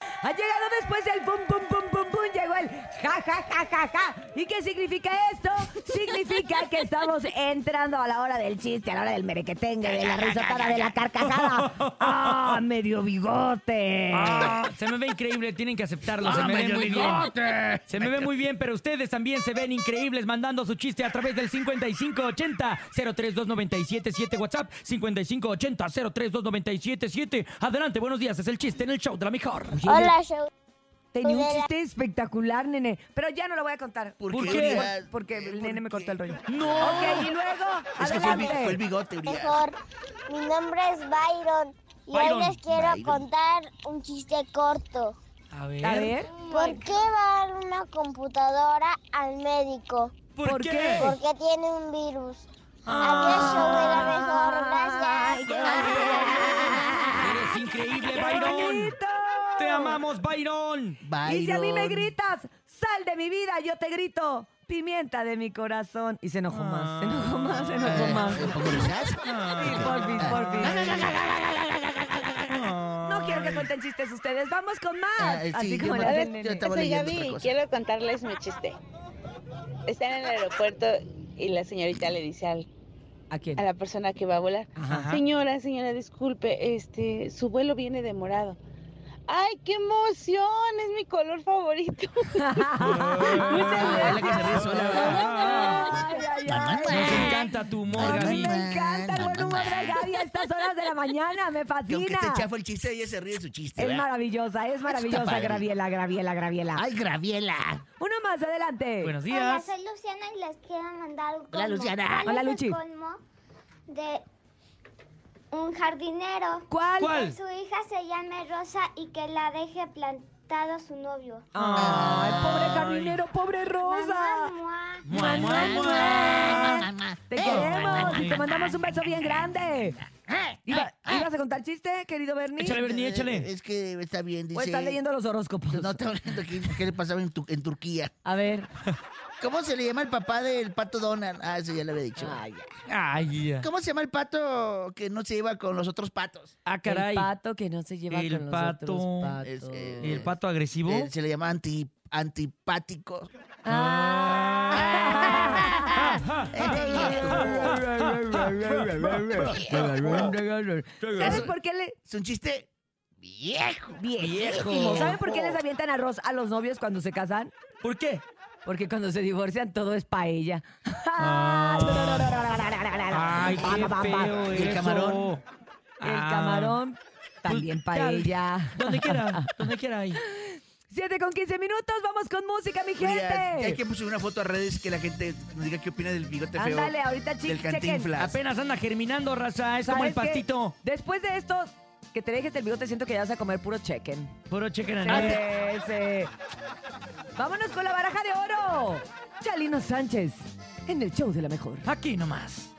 Ha llegado después del pum, pum, pum, pum, pum. Llegó el ja, ja, ja, ja, ja. ¿Y qué significa esto? Significa que estamos entrando a la hora del chiste, a la hora del merequetengue, de la risotada, de la carcajada. ¡Ah, medio bigote! Ah, se me ve increíble, tienen que aceptarlo. se me ve muy bien. Se me ve muy bien, pero ustedes también se ven increíbles mandando su chiste a través del 5580-032977 WhatsApp 5580-032977. Adelante, buenos días, es el chiste en el show de la mejor. Hola, show. Tenía un chiste espectacular, nene. Pero ya no lo voy a contar. ¿Por ¿Por qué, qué? Urias? Porque Eh, el ¿por nene me qué? cortó el rollo. ¡No! Ok, y luego, Es que fue el, bi- fue el adelante. bigote, Urias. Mejor. Mi nombre es Byron y Byron, hoy les quiero Byron. contar un chiste corto. A ver. A ver, ¿Por qué va una computadora al médico? ¿Por, ¿por qué? qué? Porque tiene un virus. Ah. Adiós, show de la mejor. Gracias. Eres increíble, ¡Qué Byron. bonito! Te amamos, Byron. Y si a mí me Byron. gritas, sal de mi vida, yo te grito, pimienta de mi corazón. Y se enojó más, se enojó más, se enojó Eh, más. ¿Un poco de sas? Sí, porfis, porfis. No quiero que cuenten chistes ustedes, vamos con más. Eh, sí, Así yo como me- la del yo nene. estaba Soy leyendo Gaby otra y cosa. quiero contarles mi chiste. Está en el aeropuerto y la señorita le dice al- ¿A quién? a la persona que va a volar, Ajá. señora, señora, disculpe, este, su vuelo viene demorado. ¡Ay, qué emoción! Es mi color favorito. Ah, la que se ríe sola, ¿verdad? Ay, ay, ay. Nos encanta tu humor, A mí Gaby. me encanta el buen humor de Gaby a estas horas de la mañana, me Que aunque este fascina. chafo el chiste, ella se ríe de su chiste, Es ¿verdad? maravillosa, es maravillosa, padre. Graviela, Graviela, Graviela. ¡Ay, Graviela! Uno más, adelante. Buenos Hola, días. soy Luciana y les quiero mandar un colmo. Hola, Luciana. ¿Cuál es Hola, el Luchi. colmo de un jardinero? ¿Cuál? ¿Cuál? Que su hija se llame Rosa y que la deje plantado su novio. Ay, pobre jardinero, pobre Rosa. Mamá, mua. Mua, mua, mua. Te queremos y te mandamos un beso bien grande. Iba- ¿Ibas a contar chiste, querido Bernie? Échale, ¿O Bernie, échale. Es que está bien, dice. estás leyendo los horóscopos? No, está hablando aquí, qué le pasaba en, Tu- en Turquía. A ver. ¿Cómo se le llama el papá del pato Donald? Ah, eso ya lo había dicho. Ay, ya. ¿Cómo se llama el pato que no se lleva con los otros patos? ah, caray. El pato que no se lleva El con los pato. otros patos. Es que- ¿Y el pato agresivo? Eh, se le llama anti, antipático. Ah. ¿Sabes por qué le...? Es un chiste viejo. Viejísimo. ¿Saben por qué les avientan arroz a los novios cuando se casan? ¿Por qué? Porque cuando se divorcian todo es paella. Ay, qué feo ¿Y el eso. camarón? El Ah. camarón también Pues, ya, paella. Donde quiera, donde quiera ahí. 7 con 15 minutos, vamos con música, mi Oye, Hay gente. que poner una foto a redes que la gente nos diga qué opina del bigote feo. Ándale, ahorita chi- Del chequen. cantinflas. Apenas anda germinando, raza. Es como el ¿Sabes qué? pastito. Después de esto, que te dejes el bigote, siento que ya vas a comer puro chequen. Puro chequen Sí, a sí. Vámonos con la baraja de oro. Chalino Sánchez, en el show de la mejor. Aquí nomás.